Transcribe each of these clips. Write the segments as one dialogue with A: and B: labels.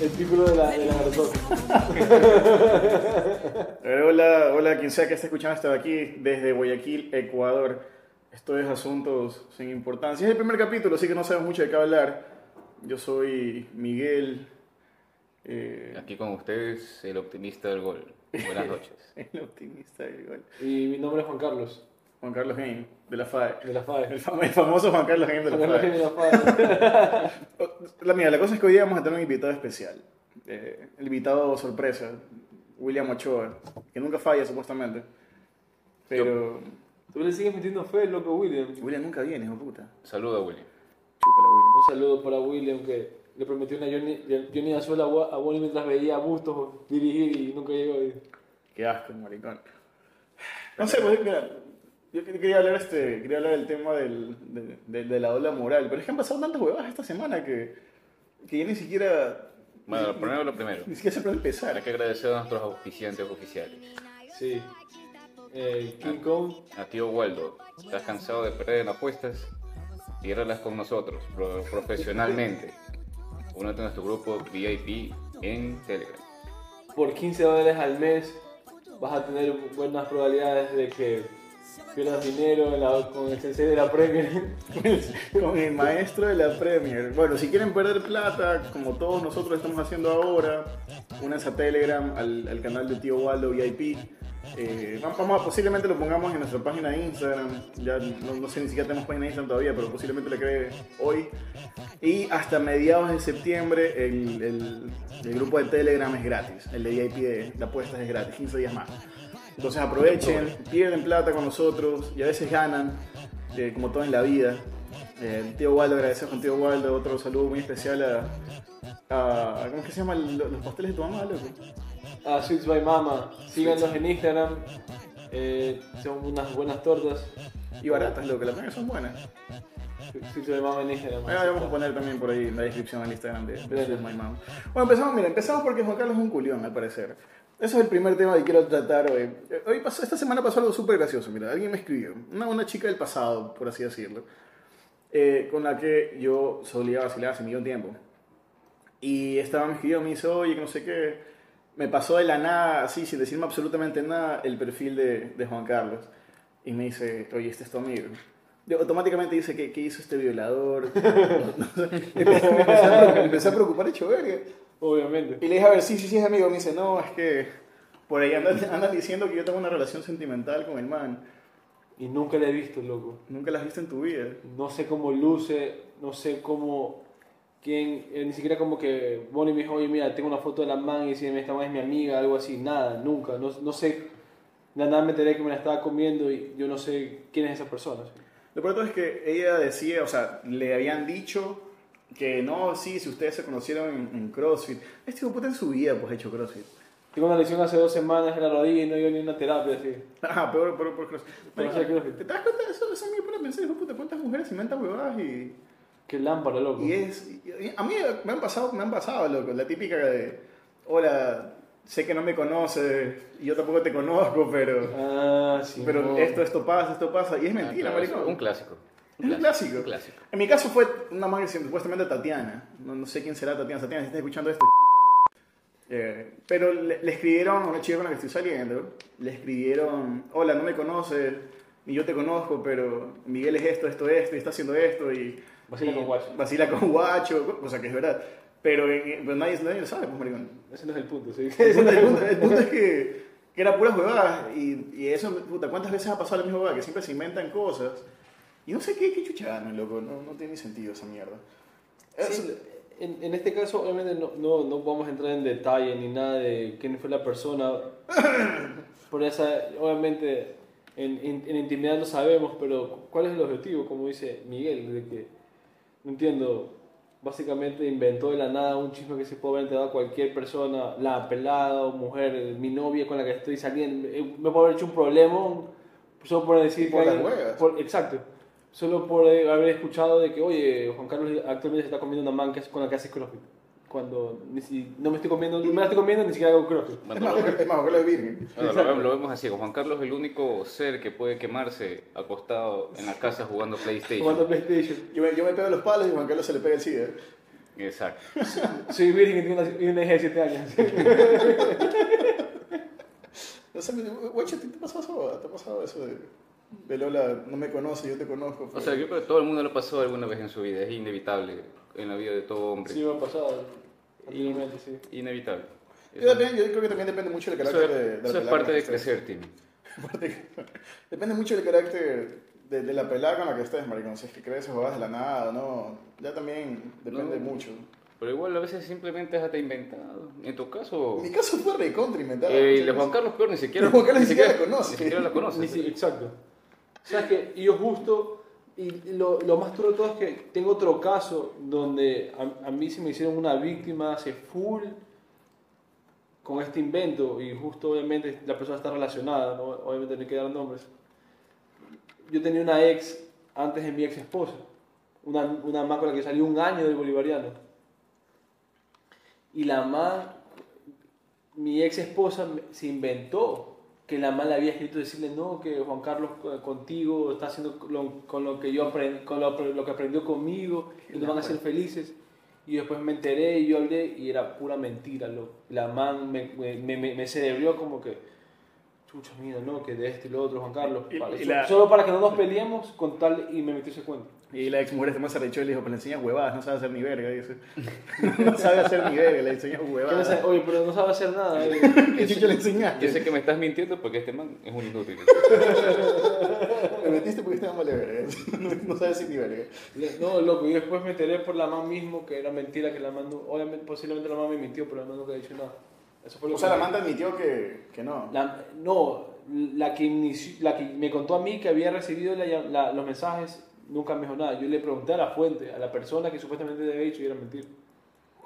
A: El título de la, de la garzota.
B: Eh, hola, hola, quien sea que esté escuchando hasta aquí desde Guayaquil, Ecuador. Esto es Asuntos sin Importancia. Es el primer capítulo, así que no sabemos mucho de qué hablar. Yo soy Miguel, eh,
C: Aquí con ustedes, el optimista del gol. Buenas noches.
B: el optimista del gol.
A: Y mi nombre es Juan Carlos,
B: Juan Carlos Game, de la FAE.
A: de la
B: El,
A: FAE.
B: fam- el famoso Juan Carlos Game de
A: Juan
B: la
A: Carlos
B: FAE. Oh,
A: de la FAE.
B: La, mira, la cosa es que hoy día vamos a tener un invitado especial. Eh, el invitado sorpresa, William Ochoa, que nunca falla supuestamente. Pero.
A: Tú le sigues metiendo fe, loco William. Un
B: William nunca viene, hijo de puta.
C: Saluda, William.
B: Chúpala, William.
A: saludo para William que le prometió una Johnny, Johnny Azul a Wa- a Bonnie mientras veía a Bustos dirigir y nunca llegó. Y-
B: Qué asco, maricón. No sé, pues mira. Yo que- quería hablar, este, quería hablar del tema del, de, de- de la ola moral, pero es que han pasado tantas huevadas esta semana que, que ya ni siquiera.
C: Bueno, lo
B: ni-
C: primero lo primero.
B: Ni siquiera se puede empezar.
C: Hay que agradecer a nuestros auspiciantes oficiales.
A: Sí. Eh, King Kong,
C: A tío Waldo, ¿estás cansado de perder en apuestas? Tiéralas con nosotros, pro- profesionalmente. Únete a nuestro grupo VIP en Telegram.
A: por 15 dólares al mes vas a tener buenas probabilidades de que pierdas dinero en la- con el sensei de la Premier.
B: con el maestro de la Premier. Bueno, si quieren perder plata, como todos nosotros estamos haciendo ahora, únanse a Telegram, al, al canal de Tío Waldo VIP. Eh, vam- vamos a, posiblemente lo pongamos en nuestra página de Instagram. Ya no, no sé ni siquiera tenemos página de Instagram todavía, pero posiblemente la cree hoy. Y hasta mediados de septiembre el, el- el grupo de Telegram es gratis. El de VIP de, de apuestas es gratis, 15 días más. Entonces aprovechen, pierden plata con nosotros y a veces ganan, eh, como todo en la vida. Eh, el tío Waldo, agradecemos con tío Waldo, otro saludo muy especial a, a- ¿Cómo es que se llaman lo- los pasteles de tu mamá, loco?
A: A Ah, Sweets by Mama, síganos en Instagram. eh, son unas buenas tortas.
B: Y baratas, loco, las primeras son buenas.
A: Sweets by Mama en Instagram.
B: Ahora vamos a poner también por ahí en la descripción el Instagram de, de
A: Claro.
B: My Mom. Bueno, empezamos, mira, empezamos porque Juan Carlos es un culión, al parecer. Eso es el primer tema que quiero tratar hoy. Eh, hoy pasó- esta semana pasó algo súper gracioso, mira, alguien me escribió, una, una chica del pasado, por así decirlo, eh, con la que yo solía vacilar hace millón de tiempo. Y estaba me escribió, me dice, oye, que no sé qué. Me pasó de la nada, así, sin decirme absolutamente nada, el perfil de, de Juan Carlos. Y me dice, oye, este es tu amigo. Yo automáticamente dice, ¿qué, qué hizo este violador? me, empecé, me empecé a, pre- me empecé a preocupar hecho verga.
A: Obviamente.
B: Y le dije, a ver, sí, sí, sí es amigo. Me dice, no, es que por ahí andan, andan diciendo que yo tengo una relación sentimental con el man.
A: Y nunca la he visto, loco.
B: Nunca las viste en tu vida.
A: No sé cómo luce, no sé cómo. Quién, eh, ni siquiera como que Bonnie me dijo, oye, mira, tengo una foto de la man y dice, "Mira, esta man es mi amiga, algo así, nada, nunca, no, no sé, de la nada me enteré que me la estaba comiendo y yo no sé quién es esa persona.
B: Lo pronto es que ella decía, o sea, le habían dicho que no, sí, si ustedes se conocieron en, en CrossFit. Este hijo de puta en su vida, pues, ha hecho CrossFit.
A: Tengo una lesión hace dos semanas en la rodilla y no he ido ni a una terapia, así.
B: Ajá, peor, peor, por CrossFit.
A: Por
B: Marica,
A: hacer CrossFit.
B: ¿Te das cuenta? Eso, eso a mí me pone a pensar, hijo de puta, cuántas mujeres inventan huevadas y...
A: Qué lámpara, loco.
B: Y es, y- y- a mí me han pasado, me han pasado, loco, la típica de, hola, sé que no me conoces, y yo tampoco te conozco, pero,
A: Ah, sí.
B: pero
A: no.
B: esto, esto pasa, esto pasa, y es mentira,
C: Ah, claro,
B: maricón.
C: Un clásico.
B: Es un clásico.
C: Un clásico.
B: En mi caso fue una man que se- supuestamente Tatiana. No, no sé quién será Tatiana. Si estás escuchando esto, eh, pero le, le escribieron a una chica con la que estoy saliendo. Le escribieron, hola, no me conoces, ni yo te conozco, pero Miguel es esto, esto, esto, y está haciendo esto, y...
A: Vacila
B: y
A: con guacho.
B: Vacila con guacho, cosa que es verdad. Pero, en- pero nadie, nadie lo sabe, pues, maricón.
A: Ese no es el punto, sí.
B: El punto, el punto- el punto es que, que era puras huevadas y, y eso, puta, ¿cuántas veces ha pasado la misma huevada? Que siempre se inventan cosas y no sé qué, qué chucha ganan, loco, no, no tiene ni sentido esa mierda. Eso-
A: Sí, en, en este caso, obviamente, no, no, no vamos a entrar en detalle ni nada de quién fue la persona. Por esa, obviamente, en, en, en intimidad lo sabemos, pero ¿cuál es el objetivo? Como dice Miguel, de que, no entiendo, básicamente inventó de la nada un chisme que se puede haber enterado a cualquier persona, la pelada o mujer, eh, mi novia con la que estoy saliendo, eh, me puede haber hecho un problema solo por decir
B: Por
A: que
B: las
A: alguien-
B: huevas.
A: por- Exacto. Solo por eh, haber escuchado de que, oye, Juan Carlos actualmente se está comiendo una man que- con la que hace crossfit. Cuando ni si- no me estoy comiendo, no me la estoy comiendo, ni siquiera hago crossfit.
B: Es
C: Bueno,
B: más,
C: lo-
B: es más, ojalá es virgen.
C: bueno, lo, vemos, lo vemos así. Juan Carlos es el único ser que puede quemarse acostado en la casa jugando PlayStation.
A: Jugando PlayStation.
B: Yo me, yo me pego los palos y Juan Carlos se le pega el SIDA.
C: Exacto.
A: Soy virgen y tengo una, y una hija de 7 años.
B: No sé, guacho, ¿te, te, pasó eso? ¿te ha pasado eso de, de Lola? No me conoce, yo te conozco. pues".
C: O sea, yo creo que todo el mundo lo pasó alguna vez en su vida, es inevitable en la vida de todo hombre.
A: Sí, me ha pasado. Anteriormente, sí.
C: Inevitable.
B: yo, también, yo creo que también depende mucho del
C: Eso
B: carácter
C: es,
B: de, de la
C: eso es
B: pelada
C: parte
B: con la
C: de
B: que estés.
C: crecer, Tim.
B: Parte- depende mucho del carácter de, de la pelada con la que estés, maricón. Si es que creces o vas de la nada, ¿no? Ya también depende
C: No.
B: mucho.
C: Pero igual a veces simplemente es hasta inventado. En tu caso...
B: Mi caso fue re contra inventar.
C: Eh, Oh. y el Juan Carlos peor ni siquiera,
B: El Juan Carlos ni siquiera
C: siquiera-
B: la conoce.
C: Ni siquiera la eh. conoce.
A: Ni si- exacto. ¿Sabes qué? Y yo justo, y lo, lo más duro de todo es que tengo otro caso donde a, a mí se me hicieron una víctima hace full con este invento y justo obviamente la persona está relacionada, ¿no? obviamente no hay que dar nombres. Yo tenía una ex antes de mi ex esposa, una, una ma con la que salí un año del bolivariano. Y la ma mi ex esposa me- se inventó que la mala había escrito decirle no que Juan Carlos eh, contigo está haciendo con lo, con lo que yo aprendí con lo, lo que aprendió conmigo y nos van a hacer felices y después me enteré y yo hablé y era pura mentira loco. Y la man me, me, me, me cerebrió como que chucha mira no que de este y lo otro Juan Carlos
B: Y-
A: para-
B: y la-
A: solo para que no nos peleemos con tal y me metió ese cuento
B: Y la ex mujer este más se arrechó y le dijo, pero le enseñas huevadas, no sabe hacer ni verga, dice. No sabe hacer ni verga, le enseñas
A: Que no
B: huevadas.
A: sabe- oye pero no sabe hacer nada eh.
B: ¿Qué chucha le enseñaste?
C: Yo sé que me estás mintiendo porque este man es un inútil.
B: Me metiste porque estaba mal de verga. No, no sabe hacer ni verga.
A: Le- No, loco, y después me enteré por la mamá mismo que era mentira, que la mando, obviamente, posiblemente la mamá me mintió, pero la mamá nunca ha dicho nada. Eso fue lo
B: O sea,
A: que-
B: la manta admitió que, que no.
A: la- no, la que, inició- la que me contó a mí que había recibido la llam- la- los mensajes nunca me dijo nada. Yo le pregunté a la fuente, a la persona que supuestamente le había dicho y era mentira.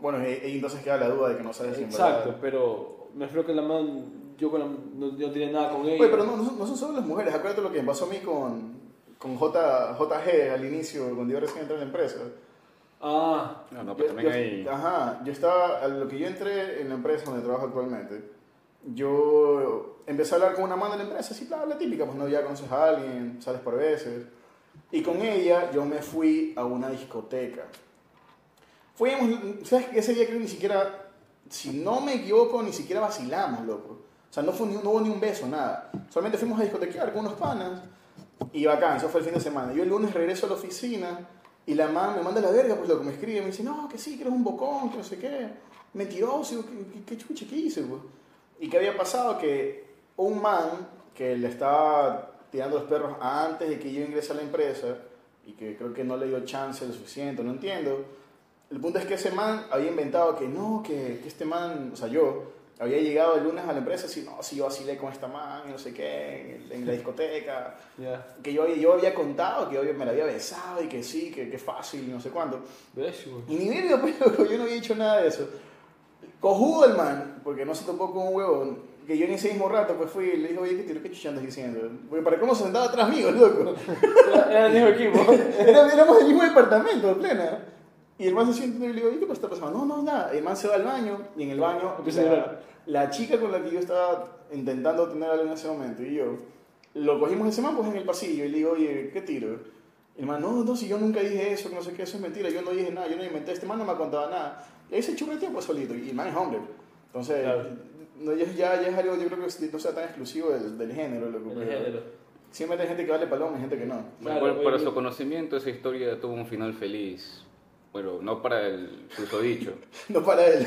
B: Bueno, y, y entonces queda la duda de que no sabe si en verdad-
A: Exacto, pero me refiero que la man, yo con la, no, yo no tenía nada con ella.
B: Oye, pero no, no son- no son solo las mujeres. Acuérdate lo que me pasó a mí con, con J, JG al inicio, cuando yo recién entré en la empresa.
A: Ah,
C: No, no, pero
B: Yo-
C: también
B: yo-
C: hay...
B: Ajá, yo estaba, a lo que yo entré en la empresa donde trabajo actualmente, yo empecé a hablar con una mano de la empresa, así, la, la típica, pues no, ya conoces a alguien, sales por veces. Y con ella yo me fui a una discoteca. Fuimos, ¿sabes qué? Ese día creo que ni siquiera, si no me equivoco, ni siquiera vacilamos, loco. O sea, no, fue ni- no hubo ni un beso, nada. Solamente fuimos a discotequear con unos panas. Y bacán, eso fue el fin de semana. Yo el lunes regreso a la oficina y la mamá me manda la verga, pues lo que me escribe, me dice, no, que sí, que eres un bocón, que no sé qué, mentiroso, que, que, que chuche, ¿qué hice? Pues? Y que había pasado que un man que le estaba tirando los perros antes de que yo ingrese a la empresa y que creo que no le dio chance lo suficiente, no entiendo. El punto es que ese man había inventado que no, que, que este man, o sea, yo había llegado el lunes a la empresa y no, si yo vacilé con esta man, y no sé qué, en- en la discoteca
A: ya.
B: que yo, yo había contado, que yo me la había besado y que sí, que, que fácil, no sé cuánto.
A: ¿Ves, güey?
B: Y ni verga, pues, loco, yo no había dicho nada de eso. Cojudo el man, porque no se topó con un huevo. Que yo en ese mismo rato pues fui y le dije, oye, ¿qué, tiro- qué chucha andas diciendo? Porque para cómo se sentaba atrás mío, loco.
A: Era- Era el mismo equipo.
B: Era- éramos del mismo departamento, en plena. Y el man se siente y le digo, ¿y qué pasa- está pasando? No, no, nada. Y el man se va al baño y en el baño
A: Empieza a
B: la-
A: llorar.
B: La chica con la que yo estaba intentando tener algo en ese momento y yo, lo cogimos ese man pues en el pasillo y le digo, oye, ¿qué tiro? Y el man, no, no, si yo nunca dije eso, que no sé qué, eso es mentira, yo no dije nada, yo no inventé, este man no me ha contado nada. Y ahí se chupeteó pues solito y el man es hombre. Entonces,
A: Claro.
B: no, ya, ya ya es algo, yo creo que no sea tan exclusivo del, del género, loco,
A: El
B: pero
A: género.
B: Siempre hay gente que vale paloma y gente que no.
C: Bueno,
A: Claro,
C: por- para
A: oye.
C: su conocimiento, esa historia tuvo un final feliz. Bueno, no para el susodicho.
B: No para él.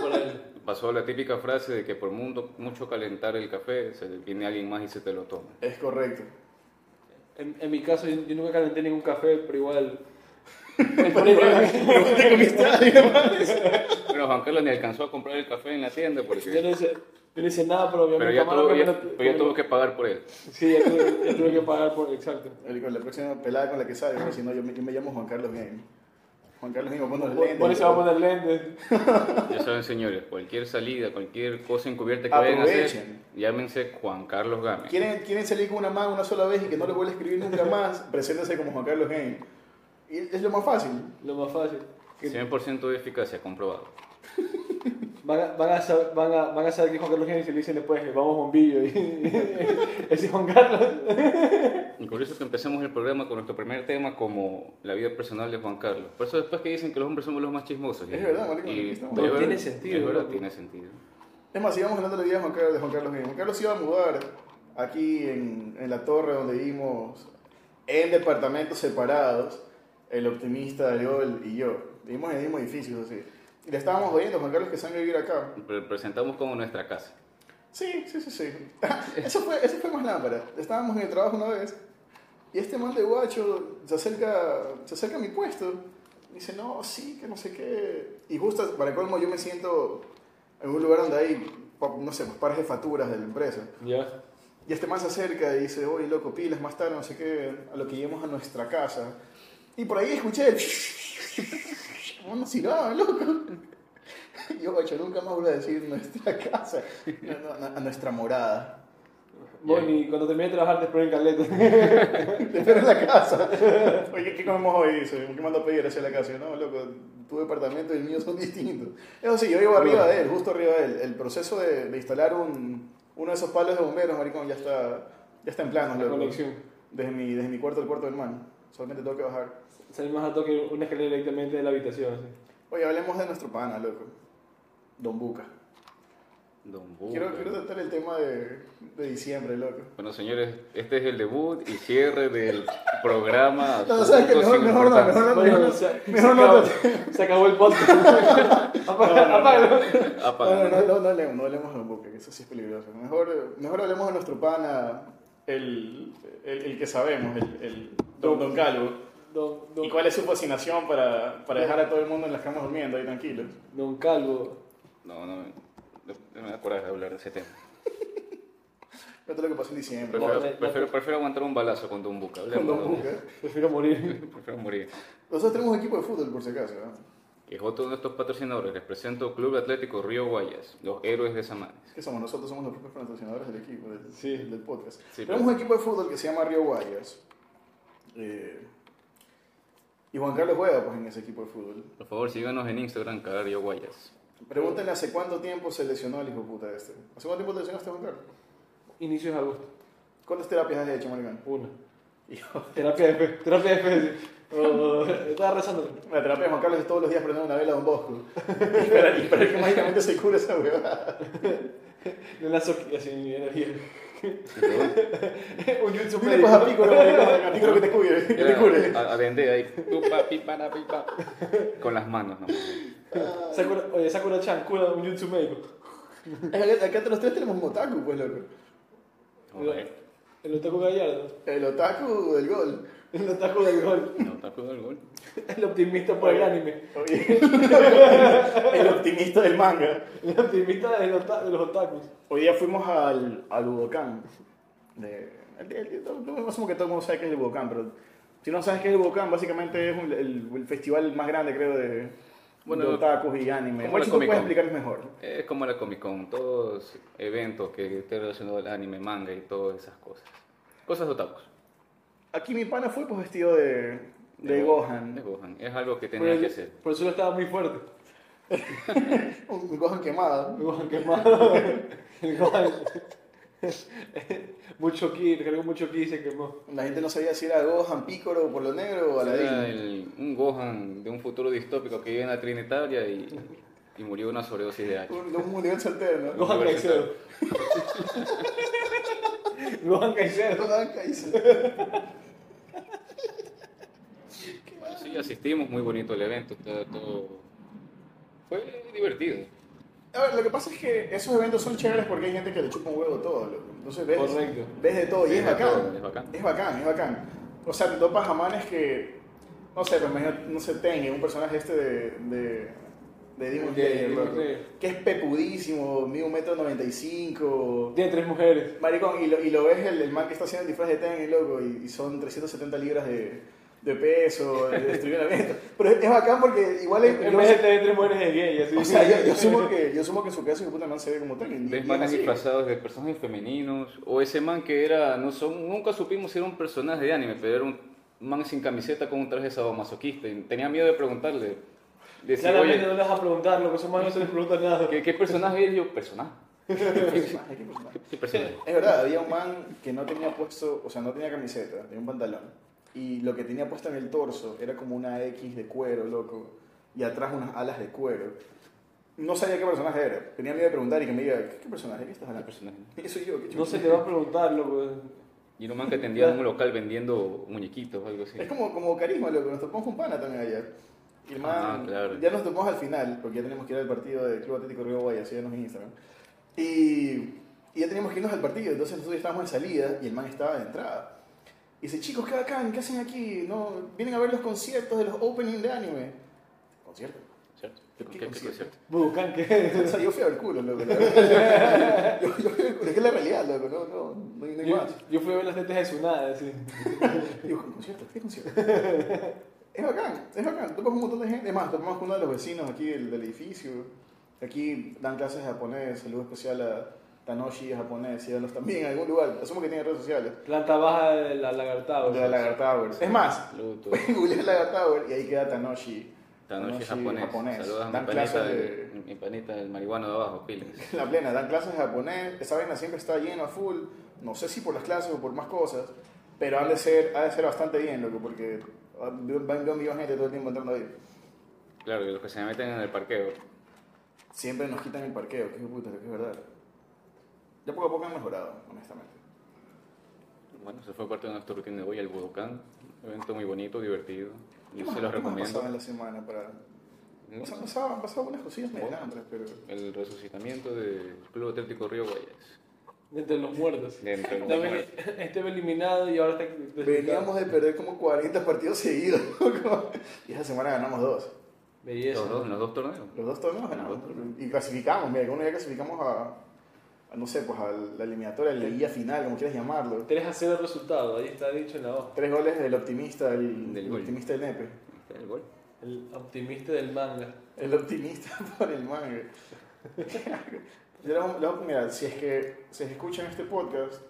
A: Por ahí.
C: Pasó la típica frase de que por mundo, mucho calentar el café, se viene alguien más y se te lo toma.
B: Es correcto.
A: En, en mi caso, yo, yo nunca calenté ningún café, pero igual. El
C: Bueno, Juan Carlos ni alcanzó a comprar el café en la tienda
A: yo, no
C: porque...
A: hice, yo no hice nada, pero
C: Pero
A: obviamente.
C: ya, tuvo, ya-
A: menos-
C: pero ya tuvo que pagar por él.
A: Sí, ya tuve, ya tuve que pagar por. Exacto.
B: El- Con la próxima pelada con la que sale, ¿no? si no, yo me, yo me llamo Juan Carlos Game. Juan Carlos Game, pongo los
A: Por,
B: lentes.
A: por eso va a poner lentes.
C: Ya saben, señores, cualquier salida, cualquier cosa encubierta que vayan a hacer,
B: Aprovechen.
C: llámense Juan Carlos Gámez.
B: ¿Quieren, quieren salir con una más una sola vez y que no les vuelva a escribir nunca más, preséntense como Juan Carlos Game. Y es lo más fácil.
A: Lo más fácil. Que-
C: 100% de eficacia, comprobado.
A: Van a, van, a saber, van, a, van a saber que Juan Carlos Jiménez y le dicen después, vamos bombillo. Y, ese Juan Carlos.
C: Y curioso que empecemos el programa con nuestro primer tema como la vida personal de Juan Carlos. Por eso después que dicen que los hombres somos los más chismosos.
B: Es verdad, marico,
C: y-
B: estamos.
A: Pero
C: es
A: tiene
C: verdad,
A: sentido,
C: Es verdad,
A: loco.
C: tiene sentido.
B: Es más, íbamos hablando de la vida de Juan Carlos, de Juan Carlos Jiménez. Juan Carlos se iba a mudar aquí en, en la torre donde vivimos en departamentos separados, el optimista, Ariol y yo. Vivimos en el mismo edificio, eso sí. Y le estábamos oyendo a Juan Carlos que se van a vivir acá.
C: Pero presentamos como nuestra casa.
B: Sí, sí, sí, sí. Eso fue, eso fue más lámpara. Estábamos en el trabajo una vez y este man de guacho se acerca, se acerca a mi puesto. Dice, no, sí, que no sé qué. Y justo, para colmo, yo me siento en un lugar donde hay, pa- no sé, pues para jefaturas de la empresa.
A: Ya.
B: Y este man se acerca y dice, oye, loco, pilas más tarde, no sé qué, a lo que lleguemos a nuestra casa. Y por ahí escuché el... Bueno, si no, loco. Yo, guacho, nunca más vuelvo a decir nuestra casa, No, no, no, a nuestra morada.
A: Bueno, y cuando termine de trabajar te espero en Caleta.
B: Te espero en la casa. Oye, ¿qué comemos hoy? Dice, ¿qué mando a pedir hacia la casa? Yo, no, loco, tu departamento y el mío son distintos. Eso sí, yo vivo arriba de él, justo arriba de él. El proceso de, de instalar un, uno de esos palos de bomberos, maricón, ya está, ya está en planos,
A: La
B: loco.
A: conexión.
B: Desde mi, desde mi cuarto al cuarto del man. Solamente tengo que bajar.
A: Salir más alto que una escalera directamente de la habitación. así.
B: Oye, hablemos de nuestro pana, loco. Don Buca.
C: Don
B: Quiero,
C: Buga.
B: quiero tratar el tema de, de diciembre, loco.
C: Bueno, señores, este es el debut y cierre del programa.
B: No, ¿sabes qué? Mejor,
C: Sin
B: mejor no,
C: importancia.
B: mejor no.
A: Bueno,
B: Mejor no,
A: se, se
B: mejor no.
A: acabó, se acabó el podcast. Apaga- Apágalo.
C: Apaga.
B: No, no, no, no, no hablemos, no hablemos de Don Buca, que eso sí es peligroso. Mejor, mejor hablemos de nuestro pana, el, el, el que sabemos, el, el don, don Calvo.
A: Don, don-
B: ¿Y cuál es su fascinación para, para dejar a todo el mundo en las camas durmiendo ahí tranquilos?
A: don Calvo.
C: No, no, no, no me da coraje hablar de ese tema.
B: Esto es lo que pasó en diciembre.
A: No,
C: Prefiero,
A: no, no.
C: prefiero- prefiero aguantar un balazo con Don Buca.
B: Con
C: hablemos,
B: Don
C: ¿no?
B: Buca.
A: Prefiero morir.
C: Prefiero morir.
B: Nosotros tenemos equipo de fútbol, por si acaso. ¿no?
C: Que es otro de nuestros patrocinadores. Les presento Club Atlético Río Guayas, los héroes de Samanes.
B: que somos? Nosotros somos los propios patrocinadores del equipo, del,
A: Sí.
B: del podcast.
C: Sí,
B: Tenemos un equipo de fútbol que se llama Río Guayas. Eh, y Juan Carlos juega pues, en ese equipo de fútbol.
C: Por favor, síganos en Instagram, cada Río Guayas.
B: Pregúntenle hace cuánto tiempo se lesionó el hijo puta este. ¿Hace cuánto tiempo te lesionaste, Juan Carlos?
A: Inicios de agosto.
B: ¿Cuántas terapias has hecho, Maricón?
A: Una. Terapia de fe. Terapia de fe. sí. Oh, estaba rezando.
B: La terapia de Juan Carlos es todos los días prender una vela a Don Bosco. y esperar y esperar que mágicamente se cure esa huevada.
A: Le lanzo aquí, así mi energía. Un jutsu
B: Dile pues a Pico,
A: médico.
B: no, Maricón, a Pico que te cure, que te cure.
C: A, a vender ahí. Tu papi, para, pi, pa. Con las manos, ¿no?
A: Sakura, oye, Sakura Chan, cura un jutsu médico.
B: Acá, acá los tres tenemos Motaku, pues, loco.
C: Joder.
A: El otaku gallardo.
B: El otaku del gol.
A: El otaku del gol.
C: No, está jugando el gol.
A: El optimista por el anime.
B: Oye, el optimista del manga.
A: El optimista de los, ota- de los otakus.
B: Hoy día fuimos al, al Budokan. De- el- el- todo- todo- asumo que todo el mundo sabe qué es el Budokan, pero si no sabes qué es el Budokan, básicamente es un- el, el festival más grande, creo, de,
C: Bueno,
B: de otakus y anime.
C: como
B: Juanchito,
C: la
B: puedes
C: Comic-Con.
B: explicarles mejor.
C: Es como la Comic Con, todos eventos que estén relacionados al anime, manga y todas esas cosas. Cosas otakus.
B: Aquí mi pana fue pues vestido de, de,
C: Go-
B: Gohan.
C: De Gohan. Es algo que
A: Por
C: tenía que
A: el,
C: hacer.
A: por el suelo estaba muy fuerte.
B: Un Gohan quemado.
A: El Gohan quemado. El Gohan. mucho ki, recargó mucho ki y se quemó.
B: La gente no sabía si era Gohan Picoro por lo negro o
C: Era
B: Aladín.
C: el- un Gohan de un futuro distópico que vive en la Trinitaria y, y murió de una sobredosis de H.
B: Un, un universo alterno.
A: Gohan Caicedo. Gohan Caicedo.
B: Gohan Kaiser.
C: Bueno, sí, asistimos, muy bonito el evento, todo, todo- Fue divertido.
B: A ver, lo que pasa es que esos eventos son chéveres porque hay gente que le chupa un huevo todo, loco. Entonces ves,
A: Correcto.
B: ves de todo y es
C: Ves de
B: bacán.
C: todo, es bacán.
B: Es bacán, es bacán. O sea, te topas a manes que, no sé, pues imagínate, no sé, Ten, un personaje este de, de, de Demon
A: De
B: Slayer,
A: Demon
B: loco,
A: Slayer.
B: que es pepudísimo, mide un metro noventa y cinco.
A: Tiene tres mujeres.
B: Maricón, y lo, y lo ves el, el man que está haciendo el disfraz de Ten, loco, y, y son 370 libras de, de peso, de destruir el evento. Pero es, es bacán porque igual es...
A: En
B: yo
A: vez
B: sé-
A: de tener tres mujeres de gay, así.
B: o sea, yo, yo supongo que, yo supongo que en su caso, hijo de puta, el man se ve como tan. y- y
C: Ves
B: es
C: manes
B: así.
C: disfrazados de personajes femeninos, o ese man que era, no son, nunca supimos si era un personaje de anime, pero era un man sin camiseta con un traje sadomasoquista, y tenía miedo de preguntarle, Decir,
A: Claramente
C: oye,
A: no les vas a preguntar, lo que son más no se les pregunta nada.
C: ¿qué, qué personaje eres yo? Personaje. ¿Qué personaje?
B: Es verdad, había un man que no tenía puesto, o sea, no tenía camiseta, tenía un pantalón. Y lo que tenía puesto en el torso era como una X de cuero, loco. Y atrás unas alas de cuero. No sabía qué personaje era. Tenía miedo de preguntar y que me diga, ¿qué, qué personaje? ¿Qué estás
C: ¿Qué
B: hablando?
C: personaje?
B: ¿Qué soy yo? ¿Qué chucha?
A: No se te va a preguntar, loco.
C: Y un man que atendía en un local vendiendo muñequitos o algo así.
B: Es como, como carisma, loco. Nos topamos con Pana también ayer. Y el man,
C: Ah, claro.
B: ya nos topamos al final, porque ya tenemos que ir al partido del Club Atlético Río Guaya, así en Instagram. Y, y ya teníamos que irnos al partido, entonces nosotros estábamos en salida y el man estaba de entrada. Y dice, chicos, qué bacán, ¿qué hacen aquí? No, vienen a ver los conciertos de los opening de anime. ¿Concierto?
C: ¿Cierto?
B: ¿Qué
C: ¿Qué, qué, qué
B: concierto?
C: concierto?
A: Buscan que.
B: O sea, yo fui a ver culo, loco. la verdad. yo, yo fui a ver culo, es que es la realidad, loco, no, no, no, hay- no hay
A: Yo,
B: más.
A: yo fui a ver las tetas de Tsunade, así.
B: Y Digo, ¿qué concierto? ¿Qué concierto? es bacán, es bacán. Tocamos un montón de gente. Es más, tocamos con uno de los vecinos aquí del, del edificio. Aquí dan clases de japonés. Saludo especial a Tanoshi, es japonés. Y a los también en algún lugar. Asumo que tiene redes sociales.
A: Planta baja de la lagartada. o
B: De la
A: sea.
B: Lagar Tower. Es más,
C: Saludos a todos.
B: googleé Lagar Tower y ahí queda Tanoshi.
C: Tanoshi japonés. Saludos a
B: Dan
C: mi panita,
B: clases
C: de...
B: de...
C: mi panita, el marihuano de abajo, Piles.
B: La plena, dan clases de japonés. Esa vaina siempre está llena, full. No sé si por las clases o por más cosas. Pero ha de ser, ha de ser bastante bien, loco, porque ah, veo veo un millón de gente todo el tiempo entrando ahí.
C: Claro, que los que se meten en el parqueo.
B: Siempre nos quitan el parqueo, que puta, que es verdad. Ya poco a poco han mejorado, honestamente.
C: Bueno, eso fue parte de nuestro rutina de hoy, el Budokan. Un evento muy bonito, divertido.
B: ¿Qué
C: Yo
B: más-
C: se los
B: qué más
C: recomiendo.
B: pasaba en la semana para...
C: No,
B: o sea, pasaba- Han pasado unas cosillas medianas, pero...
C: El resucitamiento del Club Atlético Río Guayas.
A: De entre los muertos.
C: De entre los
A: También
C: muertos.
A: este fue eliminado y ahora está.
B: Veníamos de perder como 40 partidos seguidos, loco. Y esa semana ganamos dos.
A: Belleza.
C: Los dos, en los dos torneos.
B: Los dos torneos ganamos.
C: Los dos torneos.
B: Y clasificamos, mira, que uno ya clasificamos a... a, no sé, pues a la eliminatoria, la guía final, como quieras llamarlo.
A: 3 a 0 el resultado, ahí está dicho en la hoja.
B: Tres goles del optimista, el,
C: Del
B: el
C: gol.
B: optimista del Nepe.
C: Ahí está el gol.
A: El optimista del manga.
B: El optimista por el manga. Yo le voy- le voy- mira, si es que se escuchan este podcast,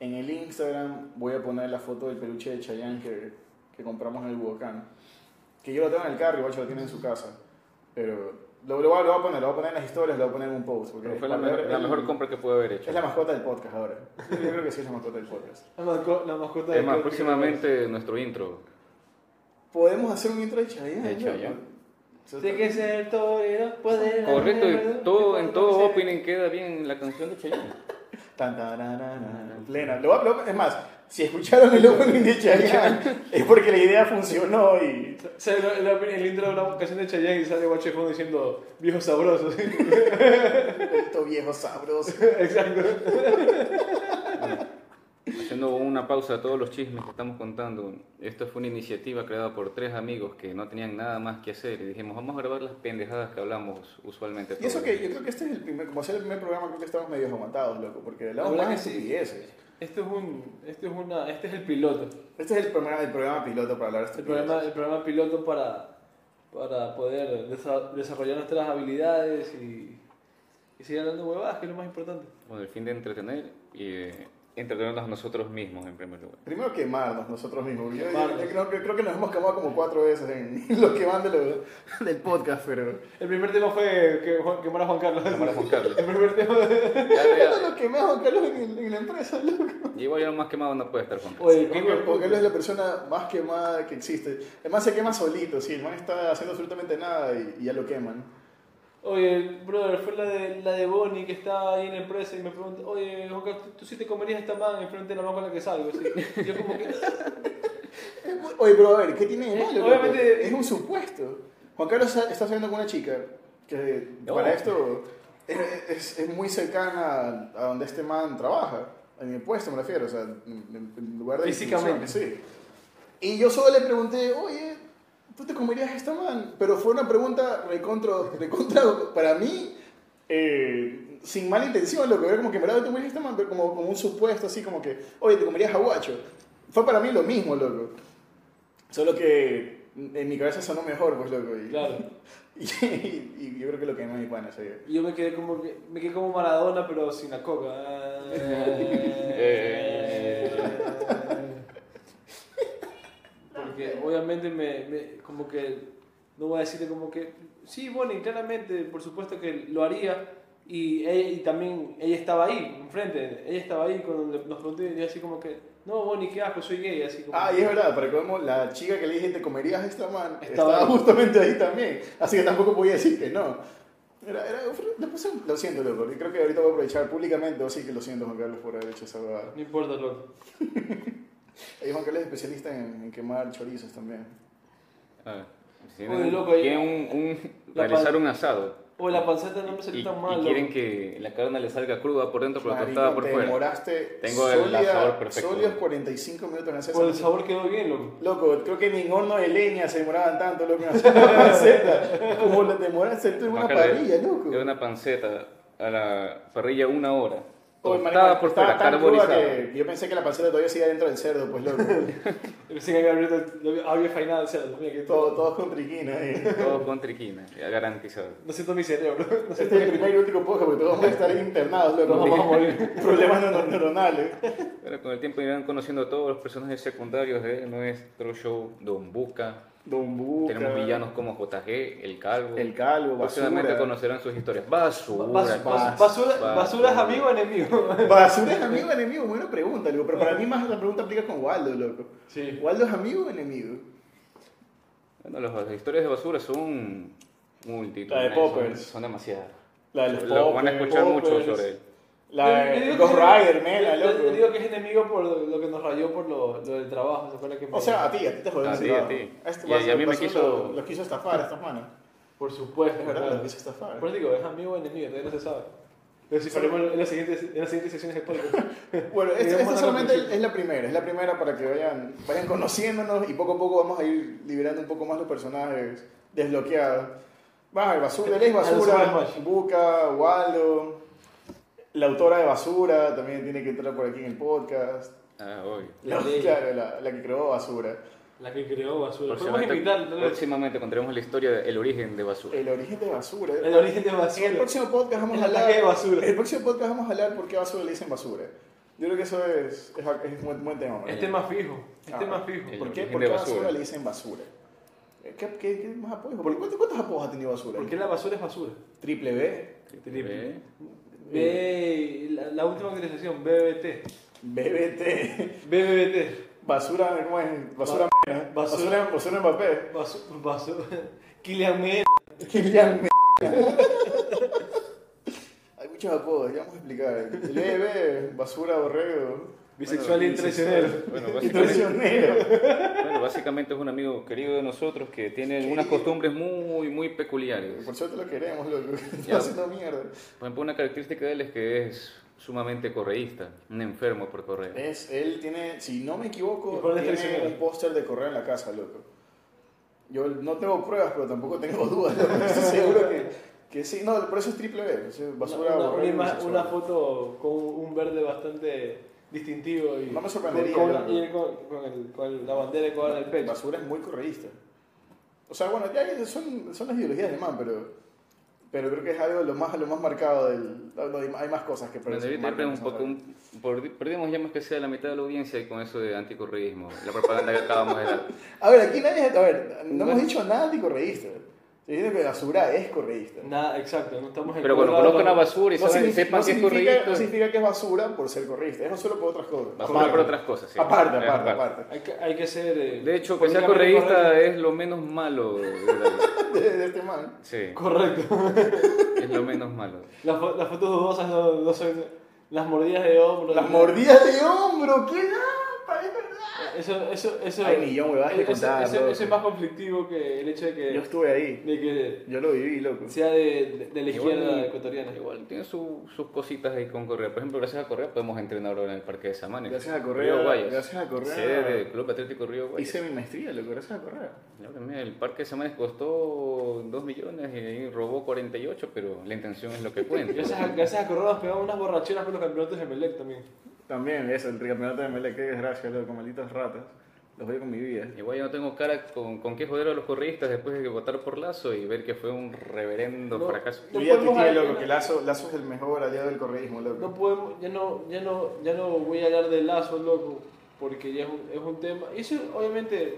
B: en el Instagram voy a poner la foto del peluche de Chayanne que, que compramos en el Budokan. Que yo lo tengo en el carro, igual yo lo tiene en su casa. Pero lo, lo voy, a- lo voy a poner, lo voy a poner en las historias, lo voy a poner en un post. porque
C: Pero fue la
B: es-
C: mejor, la
B: es-
C: mejor compra que pude haber hecho.
B: Es la mascota del podcast ahora. Yo creo que sí es la mascota del podcast.
A: La, masco- la mascota
C: Es más,
A: Creo que-
C: próximamente nuestro intro.
B: Podemos hacer un intro de Chayanne.
C: De
B: ¿no?
C: Chayanne.
B: Eso
A: Tiene que ser torero, poder.
C: Correcto, y todo, en todo opening queda bien la canción de Chayanne.
B: Tan, tararana, plena. Lo, va- lo- es más, si escucharon el opening de Chayanne, es porque la idea funcionó y...
A: O sea, el, el, el intro de una canción de Chayanne y sale Guacho de fondo diciendo viejo sabroso.
B: Esto viejo sabroso.
A: Exacto.
C: Haciendo una pausa a todos los chismes que estamos contando, esto fue una iniciativa creada por tres amigos que no tenían nada más que hacer y dijimos, vamos a grabar las pendejadas que hablamos usualmente.
B: Y eso
C: todos".
B: que yo creo que este es el primer, como sea el primer programa, creo que estamos medio aguantados, loco, porque hablamos
A: Habla
B: más de
A: que sí.
B: estupideces.
A: Este es un. Este es una. Este es el piloto.
B: Este es el programa, el programa piloto para hablar de
A: El
B: estupideces.
A: programa, el programa piloto para, para poder desa- desarrollar nuestras habilidades y, y seguir hablando huevadas, que es lo más importante.
C: Con el fin de entretener y de entretenernos a nosotros mismos en primer lugar.
B: Primero quemarnos nosotros mismos. Yo, yo-
A: Quemarnos.
B: yo creo, que- creo que nos hemos quemado como cuatro veces en lo que van de lo- del podcast, pero...
A: El primer tema fue que Juan, quemar a Juan Carlos.
C: Llamar a Juan Carlos.
A: El primer tema.
C: Ya, ya,
B: Lo quemé a Juan Carlos en, el- en la empresa, loco.
C: ya. Igual ya lo más quemado no puede estar Juan Carlos.
A: Oye,
B: Porque, porque él es la persona más quemada que existe. Además se quema solito, sí, el man está haciendo absolutamente nada y, y ya lo queman.
A: Oye, brother, fue la de, la de Bonnie que estaba ahí en la empresa y me preguntó, oye, Juan Carlos, ¿tú, tú sí te comerías esta man enfrente de la man con la que salgo? así. Yo como que...
B: Es muy- Oye, pero a ver, ¿qué tiene de malo?
A: Eh,
B: loco?
A: obviamente-
B: Es un supuesto. Juan Carlos sa- está saliendo con una chica que
C: No.
B: para esto es, es- es muy cercana a donde este man trabaja. En el puesto me refiero, o sea, en, en- en lugar de...
A: Físicamente.
B: Sí. Y yo solo le pregunté, oye, ¿tú te comerías a esta man? Pero fue una pregunta recontra, recontra para mí, eh, sin mala intención, lo que era como que, ¿verdad? ¿Te comerías a esta man? Pero como, como un supuesto, así como que, oye, ¿te comerías a guacho? Fue para mí lo mismo, loco. Solo que en mi cabeza sonó mejor, pues, loco. Y,
A: Claro.
B: y, y yo creo que lo que más mi pana, ese día.
A: Y yo me quedé como que, me quedé como Maradona, pero sin la coca. Porque obviamente me, me- como que no voy a decirte como que, sí, bueno, y claramente, por supuesto que lo haría. Y, ella- y también ella estaba ahí, enfrente, ella estaba ahí cuando le- nos preguntó y yo así como que, no, Bonnie, qué asco, soy gay, así como...
B: Ah, y es verdad, para que veamos, la chica que le dije, ¿te comerías a esta man?
A: Estaba
B: Estaba,
A: ahí.
B: justamente ahí también. Así que tampoco podía decir que no. Era, era, le puse un- lo siento, loco. y Creo que ahorita voy a aprovechar públicamente, así que lo siento, Juan Carlos, por haber hecho esa huevada.
A: No importa, loco.
B: Y Juan Carlos es especialista en, en quemar chorizos también.
C: Ah, si
A: Oye,
C: tienen-
A: loco, ahí-
C: quieren un- un-
A: La
C: realizar
A: pan-
C: un asado
A: O la panceta no me
C: y,
A: salió tan
C: y
A: mal,
C: quieren
A: loco.
C: que la carne le salga cruda por dentro, pero
B: Marico,
C: tostada por
B: te
C: fuera.
B: demoraste
C: Tengo el asador perfecto.
B: sólidos 45 minutos en hacer
A: Por el
B: esa-
A: sabor quedó bien, loco.
B: Loco, creo que ni en horno de leña se demoraban tanto, loco, en hacer una panceta. Como la demoraste tú en una
C: Bajarle
B: parrilla, loco.
C: De una panceta a la parrilla una hora.
B: Oye, marico,
C: Tostada por
B: Oh, estaba
C: fuera,
B: tan cruda
C: carbonizada.
B: que yo pensé que la panceta todavía seguía dentro del cerdo, pues loco.
A: Pensé que había, había fainado, o sea, mira que
B: Todo- todos con triquina eh. ahí.
C: Todo con triquina, ya garantizado.
A: No siento mi cerebro. No
B: Este
A: siento
B: es
A: mi
B: el primer y último podcast porque todos vamos a estar internados, loco.
A: Nos vamos a morir.
B: Problemas neur- neuronales.
C: Pero con el tiempo irán conociendo a todos los personajes secundarios de nuestro show Don Busca.
B: Don Buca,
C: Tenemos villanos como JG, El Calvo.
B: El Calvo,
C: Próximamente
B: Basura.
C: conocerán sus historias. Basura.
A: Bas- bas-
B: Bas-
A: basura, basura es amigo o enemigo.
B: Basura es amigo o enemigo, buena pregunta, loco. Pero para mí más la pregunta aplica con Waldo, loco.
A: Sí.
B: ¿Waldo es amigo o enemigo?
C: Bueno, las, las historias de basura son multitud.
B: La de
C: son,
B: Poppers.
C: son demasiadas.
B: La de los
C: Lo van a
B: Poppers,
C: escuchar mucho
B: Poppers.
C: sobre él.
B: La de Ghost Rider, mela,
A: Yo
B: loco.
A: digo que es enemigo por lo que nos rayó por lo, lo del trabajo, ¿se acuerda que me-
B: O sea, a ti, a ti te jodieron.
C: A ti,
B: ese
C: a ti.
B: lado. Este
C: Y a- y a mí me
B: basura
C: quiso-
B: Los quiso estafar, estas manos.
A: Por supuesto,
B: Es verdad,
A: claro.
B: los quiso estafar.
A: Por eso digo, es amigo o enemigo, todavía no se sabe. Lo descifraremos en las siguientes, en las siguientes sesiones de podcast.
B: Bueno, esta,
A: Digamos
B: esta
A: la
B: solamente
A: conclusión.
B: es la primera, es la primera para que vayan, vayan conociéndonos y poco a poco vamos a ir liberando un poco más los personajes desbloqueados. Va, el basura, él es
A: A los Super
B: basura,
A: Smash.
B: Buca, Waldo, la autora de basura también tiene que entrar por aquí en el podcast.
C: Ah, obvio.
A: La
B: La,
A: ley.
B: claro, la, la que creó basura.
A: La que creó basura. Podemos
C: Próximamente,
A: invitar tal vez.
C: próximamente contaremos la historia del origen de basura.
B: El origen de basura.
A: el origen de
B: En el
A: basura.
B: próximo podcast vamos
A: El
B: a hablar
A: ataque de basura.
B: El próximo podcast vamos a hablar por qué basura le dicen basura. Yo creo que eso es, es, es un buen, buen tema. ¿no?
A: Este Es tema fijo, es
B: Ah,
A: tema fijo.
C: el-
B: ¿Por qué,
C: origen
B: por
C: de
B: qué basura.
C: basura.
B: le dicen basura? Eh, ¿Qué, qué- qué más apoyos? ¿Por cuántos, cuántos apodos ha tenido basura?
A: Porque la basura es basura.
B: Triple B,
C: Triple.
A: B, la, la última utilización, BBT.
B: BBT,
A: BBT.
B: basura, ¿cómo es? Basura, m- ¿no?
A: basura.
B: basura, basura en papel.
A: Basura. basura. Kylian Mbappé.
B: Kylian M- Hay muchos apodos, ya vamos a explicar. El BB, basura, borrego,
A: Bisexual y traicionero.
C: Bueno, básicamente,
B: traicionero.
C: bueno, básicamente es un amigo querido de nosotros que tiene unas costumbres muy, muy peculiares.
B: Por suerte lo queremos, loco.
C: Ya.
B: Está haciendo mierda.
C: Por ejemplo, una característica de él es que es sumamente correísta, un enfermo por correo.
B: Es, él tiene, si no me
A: ¿Y
B: equivoco,
A: cuál es el
B: tiene
A: primero?
B: un póster de correr en la casa, loco. Yo no tengo pruebas, pero tampoco tengo dudas. loco. Estoy seguro que, que sí. No, por eso es triple B. o sea, basura,
A: una, una
B: borrego,
A: ima-
B: homosexual.
A: una foto con un verde bastante distintivo y
B: No me sorprendería,
A: con,
B: loco.
A: con- y con- con el- con la bandera de Ecuador en el pecho.
B: Basura es muy correísta. O sea, bueno, ya son, son las ideologías de man, pero, pero creo que es algo lo más, lo más marcado. Del, no, hay- hay más cosas que
C: Bueno,
B: parecen
C: ahorita
B: marcas,
C: perdemos
B: ¿no?
C: un poco, un- por- perdimos ya más que sea la mitad de la audiencia con eso de anticorreísmo, la propaganda que acabamos de dar.
B: A ver, aquí nadie. A ver, no
C: Bueno.
B: hemos dicho nada de correísta. Estoy diciendo que basura es correísta.
A: Nada, exacto, no estamos
C: Pero cuando conozcan a basura y
B: No
C: saben,
B: significa-
C: sepan
B: no
C: que es
B: significa-
C: correísta,
B: No significa que es basura por ser correísta, es basura por otras cosas.
C: basura por otras cosas. sí.
B: Aparte,
C: Eh,
B: aparte, aparte.
A: Hay que, hay que ser. eh,
C: De hecho, que sea
A: políticamente
C: correísta es lo menos malo. de la-
B: De, de este man.
C: Sí,
A: Correcto. correcto.
C: es lo menos malo.
A: Las, fo- las fotos dudosas no, no son. Las mordidas de hombro.
B: Las
A: no-
B: mordidas de hombro, qué lapa, es verdad.
A: Eso, eso, eso.
B: Hay millón de huevadas que
A: eso-
B: contar,
A: eso-
B: loco.
A: eso es más conflictivo que el hecho de que.
B: Yo estuve ahí,
A: de que
B: yo lo viví, loco.
A: sea de, de- de la izquierda
C: Igual-
A: ecuatoriana.
C: Igual tiene su- sus cositas ahí con Correa. Por ejemplo, gracias a Correa podemos entrenar ahora en el Parque de Samanes.
B: Gracias a Correa,
C: Río Guayas.
B: gracias a Correa.
C: Sede del Club Atlético Río Guayas.
B: Hice mi maestría, loco, gracias a Correa.
C: Claro que mira, el Parque de Samanes costó 2 millones y ahí robó 48, pero la intención es lo que cuenta.
A: Gracias a, gracias a Correa nos pegamos unas borracheras por los campeonatos de Melec también.
B: También, eso, el campeonato de Melec, qué desgracia, loco, malditas ratas. Los veo con mi vida.
C: Igual yo no tengo cara con, con qué joder a los correístas después de votar por Lazo y ver que fue un reverendo
A: No.
C: fracaso.
A: No
B: Yo ya
A: podemos
B: tuiteé,
A: hablar-
B: loco, que Lazo, Lazo es el mejor aliado del correísmo, loco.
A: No podemos, ya no, ya no, ya no voy a hablar de Lazo, loco, porque ya es un, es un tema. Eso obviamente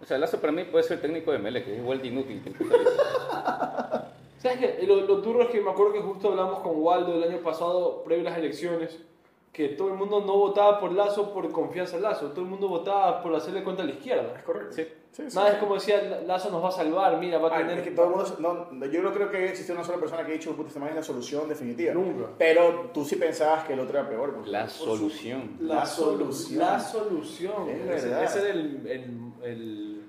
C: O sea, Lazo para mí puede ser técnico de Melec, es igual de inútil que el puta Lazo.
A: ¿Sabes qué? Lo, lo turro es que me acuerdo que justo hablamos con Waldo el año pasado, previo a las elecciones, que todo el mundo no votaba por Lazo por confianza en Lazo, todo el mundo votaba por hacerle cuenta a la izquierda.
B: correcto.
C: Sí.
D: Sí, sí.
A: Nada es como decía, "La- Lazo nos va a salvar, mira, va a
B: Ah,
A: tener...
B: es que todo el mundo- no, no, yo no creo que existe una sola persona que ha dicho, puta, esta madre es la solución definitiva.
A: Nunca.
B: Pero tú sí pensabas que el otro era peor. pues.
C: La solución.
B: La solución.
A: La solución.
B: Es
A: Ese-
B: verdad.
A: Ese era el, el, el,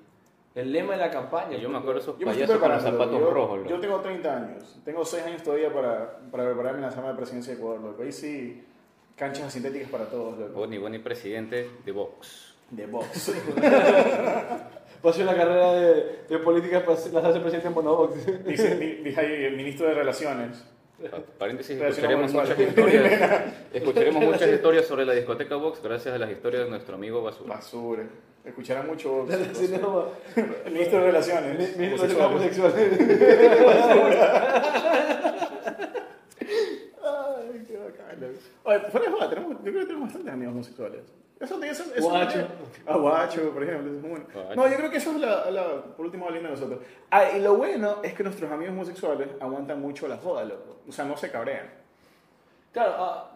A: el lema de la campaña.
C: Yo me acuerdo esos
B: Yo me estoy
C: payasos con los
B: preparando,
C: zapatos
B: yo,
C: rojos. loco.
B: Yo tengo 30 años. Tengo 6 años todavía para, para prepararme en la semana de presidencia de Ecuador. Loco. Ahí sí, canchas sintéticas para todos. Loco.
C: Boni, Boni, presidente de Vox.
B: De box.
A: Va a ser una carrera de, de política para ser- la hace presidente en Bonabox.
B: Dice mi- mi- ahí, el ministro de Relaciones.
C: Pa- Paréntesis,
B: Pero si no,
C: escucharemos
B: vamos
C: muchas
B: igual.
C: historias. Escucharemos muchas historias sobre la discoteca Vox gracias a las historias de nuestro amigo Basura.
B: Basura. Escuchará mucho box.
A: Si no,
B: El ministro de Relaciones.
A: mi- mi- homosexual.
B: homosexuales. Ay, qué bacán, loco. Oye, fuera de joda, tenemos, yo creo que tenemos bastantes amigos homosexuales. Eso, te- eso, eso
A: Guacho.
B: Ah, guacho, por ejemplo. eso es muy bueno.
C: Guacho.
B: No, yo creo que eso es la, la por último, la línea de nosotros. Ah, y lo bueno es que nuestros amigos homosexuales aguantan mucho la joda, loco. O sea, no se cabrean.
A: Claro, ah,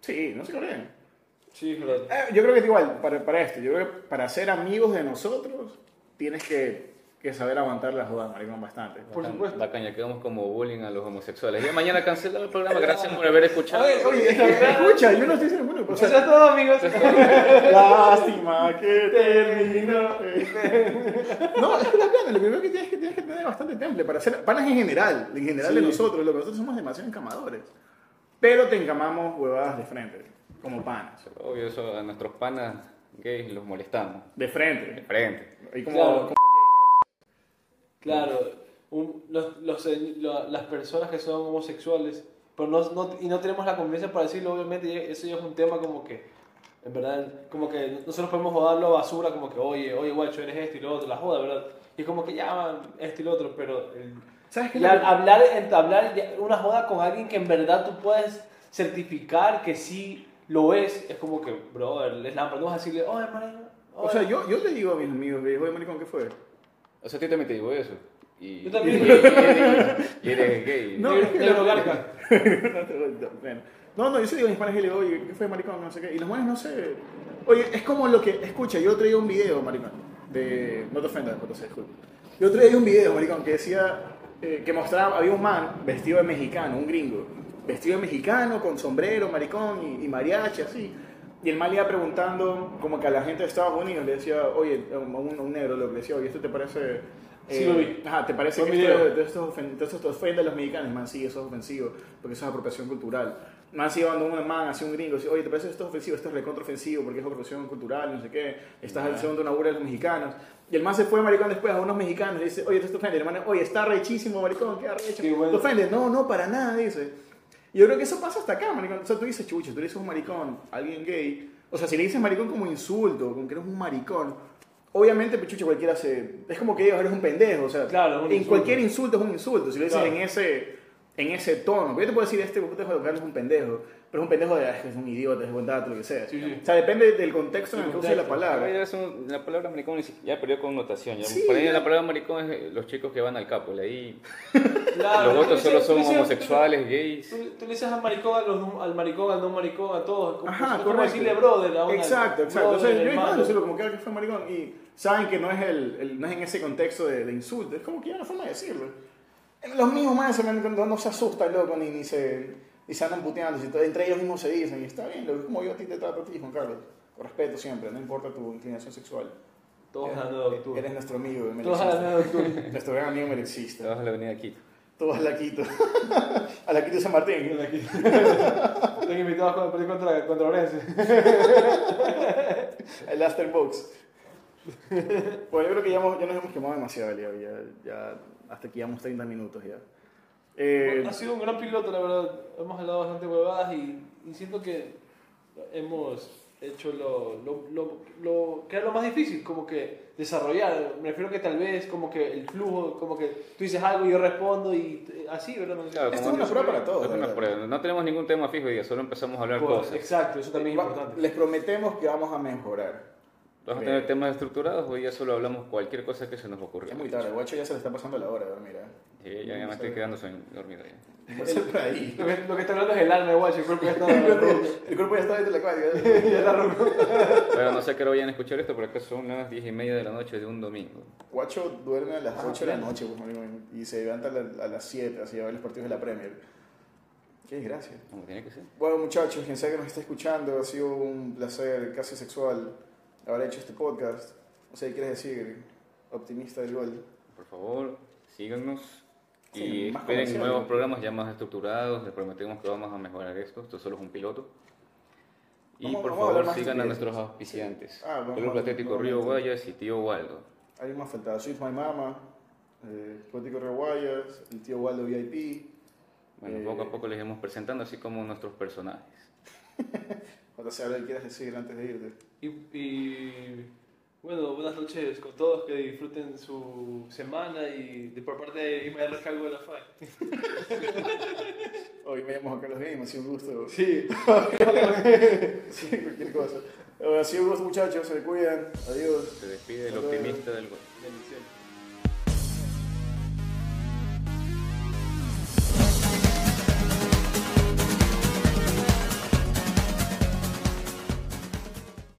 B: Sí, no se cabrean.
A: sí, es verdad.
B: Eh, yo creo que es igual para, para esto. Yo creo que para ser amigos de nosotros tienes que, que saber aguantar la joda, maricón, bastante.
A: Por
C: Bacán-
A: supuesto.
C: Bacán, ya quedamos como bullying a los homosexuales. Ya mañana cancelado el programa. Gracias por haber escuchado.
A: A ver, oye,
B: Oye, es que- escucha, yo no estoy diciendo bueno, pero-
A: Eso es todo, amigos.
B: Lástima que
A: Terminó.
B: No, es que la plata, lo primero que tienes que tienes que tener bastante temple para ser panas en general, en general de
A: Sí.
B: nosotros, lo que nosotros somos demasiado encamadores. Pero te encamamos huevadas de frente, como panas,
C: Obvio, eso a nuestros panas gays los molestamos.
B: de
C: De
B: frente.
C: frente.
B: Y como,
A: Claro.
B: como-
A: Claro, un- los, los- la- las personas que son homosexuales, pero no, no- y no tenemos la confianza para decirlo, obviamente, ya- eso ya es un tema como que, en verdad, como que nosotros podemos jodarlo a basura, como que, oye, oye, guacho, eres esto y lo otro, la joda, ¿verdad? Y es como que ya, man, esto y lo otro, pero el-
B: ¿Sabes qué?
A: ya hablar, entablar ya una joda con alguien que en verdad tú puedes certificar que sí lo es, es como que, bro, es la no vas a decirle, oye, hermano,
B: O sea, yo, yo le digo a mis amigos, le digo, oye, maricón, ¿qué fue?
C: O sea, a ti también te digo eso. Y,
A: Yo también.
C: Y, eres, y eres gay.
B: No, es que
A: yo,
B: la- Bueno. No, no, yo sí digo a mis panas y le digo, oye, ¿qué fue, maricón? No sé qué. Y los manes no sé. Oye, es como lo que. Escucha, yo traía un video, maricón. De. No te ofendas, no te disculpa. Yo traía un video, maricón, que decía. eh, que mostraba. Había un man vestido de mexicano, un gringo. Vestido de mexicano, con sombrero, maricón, y, y mariachi, así. Y el man le iba preguntando, como que a la gente de Estados Unidos le decía, oye, a un, a un negro lo que le decía, oye, ¿esto te parece. eh,
A: Sí, lo vi.
B: Ajá, ¿te parece
A: Buen
B: que esto,
A: video.
B: entonces esto, es ofen- entonces esto ofende a los mexicanos, man, sí, eso es ofensivo, porque eso es apropiación cultural. Me han sido dando un man, así un gringo, así, oye, ¿te parece esto ofensivo? Esto es recontraofensivo porque es apropiación cultural, no sé qué, estás haciendo una burla de los mexicanos. Y el man se fue, maricón, después a unos mexicanos y dice, oye, esto te ofende. Y el man, oye, está rechísimo, maricón, qué arrecho.
A: Sí, bueno.
B: ¿Te ofende? No, no, para nada, dice. Y yo creo que eso pasa hasta acá, maricón. O sea, tú dices chucho, tú le dices un maricón, a alguien gay. O sea, si le dices maricón como insulto, como que eres un maricón, obviamente, pues, chucho, cualquiera se. Es como que ellos eres un pendejo, o sea.
A: Claro, es un
B: en
A: insulto.
B: cualquier insulto es un insulto. Si lo dices
A: Claro.
B: en ese en ese tono. Yo te puedo decir, este putejo de Carlos es un pendejo, pero es un pendejo de. "Ah, Es que es un idiota, es un dato, lo que sea.
A: Sí, sí.
B: O sea, depende del contexto en el
A: Del
B: que uses la
A: contexto.
B: palabra.
C: Ya es un- la palabra maricón ni siquiera- ya perdió connotación. Ya.
B: Sí,
C: Por ahí
B: ya.
C: la palabra maricón es eh, los chicos que van al capo. Ahí
A: Claro,
C: los votos
A: tú le
C: solo
A: dices-
C: son
A: tú le dices-
C: homosexuales, gays.
A: Tú, tú le dices al maricón, a los no- al maricón, al no maricón, a todos. Como,
B: Ajá,
A: es como
B: correcto.
A: decirle brother a una,
B: Exacto, exacto. O sea,
A: brother,
B: yo
A: hermano.
B: igual solo como que "Ah, que fue maricón y saben que no es, el, el- no es en ese contexto de, de insulto, es como que ya la forma de decirlo. Los mismos más no, no se asustan, loco, ni, ni, se, ni se andan puteando, si to- entre ellos mismos se dicen, y está bien, lo como yo a ti te trato a ti, Juan Carlos, con respeto siempre, no importa tu inclinación sexual.
A: Todos
B: Eres-
A: hablando de octubre.
B: Eres nuestro amigo,
A: Todos
B: mereciste.
A: hablando de Ah. octubre.
B: Nuestro gran amigo
C: Te
B: mereciste.
C: vas a la avenida Quito.
B: Todos a la Quito. a la Quito San Martín.
A: Están invitados cuando perdí contra, contra Orense.
B: El After Box. bueno, yo creo que ya, hemos- ya nos hemos quemado demasiado, Leo. Ya, ya- hasta aquí llevamos 30 minutos ya. Eh,
A: Ha sido un gran piloto, la verdad. Hemos hablado bastante huevadas y, y siento que hemos hecho lo, lo, lo, lo que era lo más difícil, como que desarrollar. Me refiero que tal vez como que el flujo, como que tú dices algo y yo respondo y eh, así, ¿verdad? No sé.
C: Claro,
B: Esto
C: como
B: es una
C: no-
B: prueba para todos,
C: es una
B: la verdad.
C: prueba. No tenemos ningún tema fijo hoy día, solo empezamos a hablar
A: Pues,
C: cosas.
A: exacto, eso también es
B: va-
A: importante.
B: les prometemos que vamos a mejorar.
C: ¿Vas a tener temas estructurados o ya solo hablamos cualquier cosa que se nos ocurra?
B: Es muy tarde, guacho ya se le está pasando la hora, mira.
C: Sí, ya, ya me estoy quedando soñ- dormido ya.
B: ahí.
A: Lo que, lo que está hablando es el alma, guacho. El cuerpo ya está.
B: El cuerpo ya está dentro de la cuadra.
A: ya está roto.
C: Pero no sé a qué hora vayan a escuchar esto, pero acá son las 10 y media de la noche de un domingo.
B: Guacho duerme a las 8 de la noche, pues, marico, y se levanta a, la- a las 7, así a ver los partidos de la Premier. Qué desgracia.
C: Como tiene que ser.
B: Bueno, muchachos, quien sea que nos esté escuchando, ha sido un placer casi sexual haber hecho este podcast. O sea, ¿qué quieres decir? Optimista del gol.
C: Por favor, síganos.
B: Sí,
C: Y
B: más
C: esperen
B: comercial,
C: nuevos
B: ¿no?
C: programas ya más estructurados. Les prometemos que vamos a mejorar esto. Esto solo es un piloto. Y
B: Vamos-
C: por
B: vamos a hablar más
C: favor, sigan a
B: estupideces.
C: nuestros auspiciantes:
B: Sí. Ah, vamos-
C: Club Atlético Río
B: nuevamente.
C: Guayas y Tío Waldo.
B: Alguien más faltaba. Sweet My Mama, eh, Poético Rewires, el tío Waldo VIP.
C: Bueno,
B: Eh.
C: poco a poco les hemos presentando, así como nuestros personajes.
B: Cuando sea, que quieras decir antes de irte.
A: Y, y bueno, buenas noches con todos, que disfruten su semana y de por parte de Ismael Recalgo de la E. FAE.
B: Hoy me llamo Juan Carlos Game, ha sido un gusto.
A: Sí,
B: Sí, cualquier cosa. Bueno, ha sido un gusto, muchachos, se le cuidan. Adiós.
C: Se despide el
B: Hasta luego.
C: optimista del gol.
A: bendiciones.